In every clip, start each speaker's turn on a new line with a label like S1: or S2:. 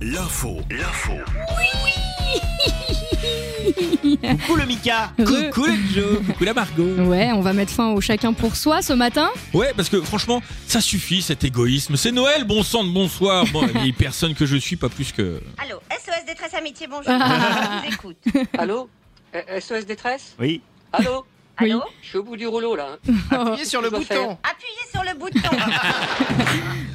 S1: L'info. L'info.
S2: Coucou le Mika
S3: Heureux.
S2: Coucou le Joe
S4: Coucou la Margot
S3: Ouais, on va mettre fin au chacun pour soi ce matin.
S4: Ouais, parce que franchement, ça suffit cet égoïsme. C'est Noël, bon sang de bonsoir. Bon, vieille personne que je suis, pas plus que...
S5: Allô, SOS Détresse Amitié, bonjour.
S3: Ah.
S5: Je vous écoute.
S6: Allô Euh, SOS détresse
S2: Oui.
S6: Allô
S3: Oui.
S5: Allô
S6: Je suis au bout du rouleau là. hein.
S3: Oh,
S6: sur le bouton.
S5: Appuyez sur le bouton.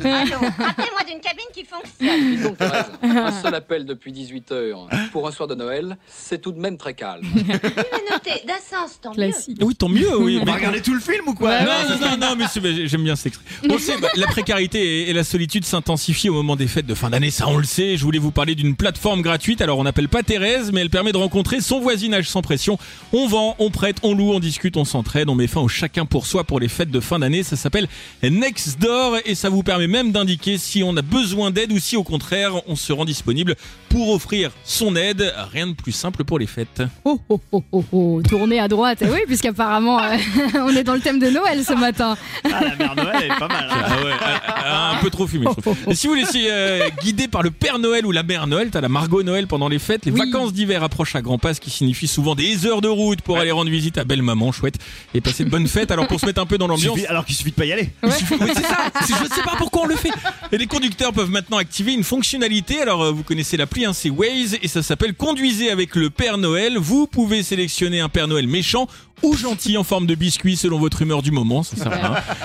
S5: Allô, rappelez-moi d'une cabine qui fonctionne.
S6: Dis donc, Thérèse, un seul appel depuis 18 heures pour un soir de Noël, c'est tout de même très calme.
S5: Une notée d'un sens, tant mieux.
S3: classique.
S4: Oui, tant mieux, oui.
S2: On
S4: mais-
S2: va regarder tout le film ou quoi
S3: Ouais,
S4: Non, non, non, non, mais c'est- mais j'aime bien cet extrait. On le sait, bah, la précarité et- et la solitude s'intensifient au moment des fêtes de fin d'année, ça on le sait. Je voulais vous parler d'une plateforme gratuite. Alors on n'appelle pas Thérèse, mais elle permet de rencontrer son voisinage sans pression. On vend, on prête, on loue, on discute, on s'entraide, on met fin au chacun pour soi pour les fêtes de fin d'année. Ça s'appelle Nextdoor et ça vous permet même d'indiquer si on a besoin d'aide ou si au contraire on se rend disponible pour offrir son aide. Rien de plus simple pour les fêtes.
S3: Oh, oh, oh, oh, oh, tournez à droite. Oui, puisqu'apparemment, euh, on est dans le thème de Noël ce matin.
S2: Ah, la mère Noël, elle est pas mal. hein.
S4: Ah ouais, ah, ah, un peu trop fumé, je trouve. Et si vous laissez euh, guider par le Père Noël ou la Mère Noël, t'as la Margot Noël pendant les fêtes, les
S3: Oui.
S4: vacances d'hiver approchent à grands pas, ce qui signifie souvent des heures de route pour aller rendre visite à belle maman, chouette, et passer de bonnes fêtes. Alors pour se mettre un peu dans
S2: Il
S4: l'ambiance,
S2: suffit- alors qu'il suffit de pas y aller.
S4: il suffit- oui, c'est ça. C'est- Je sais pas pourquoi on le fait. Et les conducteurs peuvent maintenant activer une fonctionnalité. Alors, euh, vous connaissez l'appli, hein, c'est Waze, et ça s'appelle Conduisez avec le Père Noël. Vous pouvez sélectionner un Père Noël méchant ou gentil en forme de biscuit selon votre humeur du moment. Ça sert à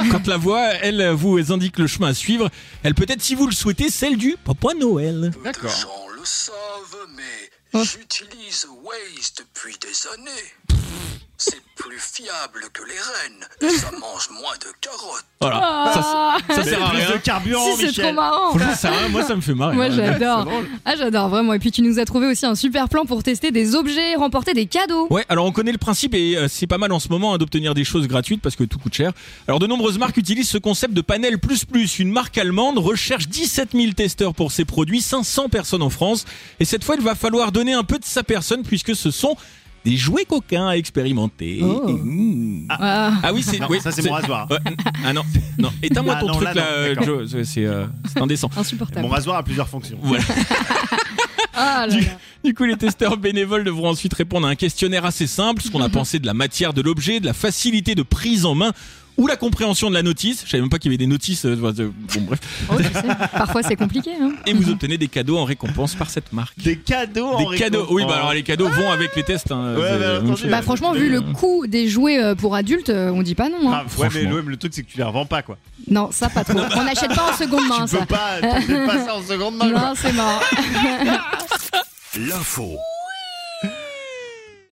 S4: rien. Quand la voix, elle, euh, vous indique le chemin à suivre, elle peut être, si vous le souhaitez, celle du Papa Noël.
S7: Peu de gens le savent, mais j'utilise Waze depuis des années. C'est plus fiable que les rennes. et Ça mange moins de carottes.
S4: Voilà. Ça,
S3: Ah,
S4: ça
S2: Mais
S4: sert à
S2: plus
S4: Oh. rien.
S2: de carburant,
S3: Oh, si, c'est trop
S2: Michel.
S3: marrant.
S4: Franchement, ça, hein, moi, ça me fait marrer.
S3: Moi,
S4: Ouais.
S3: j'adore. Ah, j'adore vraiment. Et puis, tu nous as trouvé aussi un super plan pour tester des objets, remporter des cadeaux.
S4: Ouais, alors on connaît le principe et euh, c'est pas mal en ce moment hein, d'obtenir des choses gratuites parce que tout coûte cher. Alors de nombreuses marques utilisent ce concept de panel plus plus. Une marque allemande recherche 17 000 testeurs pour ses produits, 500 personnes en France. Et cette fois, il va falloir donner un peu de sa personne puisque ce sont des jouets coquins à expérimenter.
S3: Oh.
S4: Et- mmh. Ah,
S3: Ah,
S4: oui, c'est
S2: Non,
S4: oui,
S2: ça c'est mon rasoir.
S4: Ouais, n- ah non, non, éteins-moi
S2: Ah
S4: ton
S2: non,
S4: truc
S2: là,
S4: là,
S2: non,
S4: euh,
S2: d'accord.
S4: Joe, c'est- c'est euh, c'est indécent.
S3: insupportable.
S2: Mon rasoir a plusieurs fonctions.
S4: Voilà.
S3: Ah là là.
S4: Du coup, les testeurs bénévoles devront ensuite répondre à un questionnaire assez simple, ce qu'on a pensé de la matière de l'objet, de la facilité de prise en main ou la compréhension de la notice. Je savais même pas qu'il y avait des notices. euh, euh, bon, bref.
S3: Oh, tu sais, parfois, c'est compliqué. hein.
S4: Et vous obtenez des cadeaux en récompense par cette marque.
S2: Des cadeaux en
S4: Des cadeaux. Oui,
S2: récompense.
S4: bah alors les cadeaux vont avec les tests. hein,
S2: Ouais,
S4: c'est
S2: bah,
S4: la même
S2: entendu.
S4: chose.
S3: Bah, franchement, vu le coût des jouets euh, pour adultes, euh, on dit pas non. hein.
S2: Ah, ouais, mais
S4: Franchement.
S2: le, le truc, c'est que tu les revends pas, quoi.
S3: Non, ça, pas trop. On n'achète pas en seconde main,
S2: tu peux
S3: Ah, ça.
S2: pas, tu peux pas ça en seconde main, quoi.
S3: Non, c'est mort.
S1: L'info.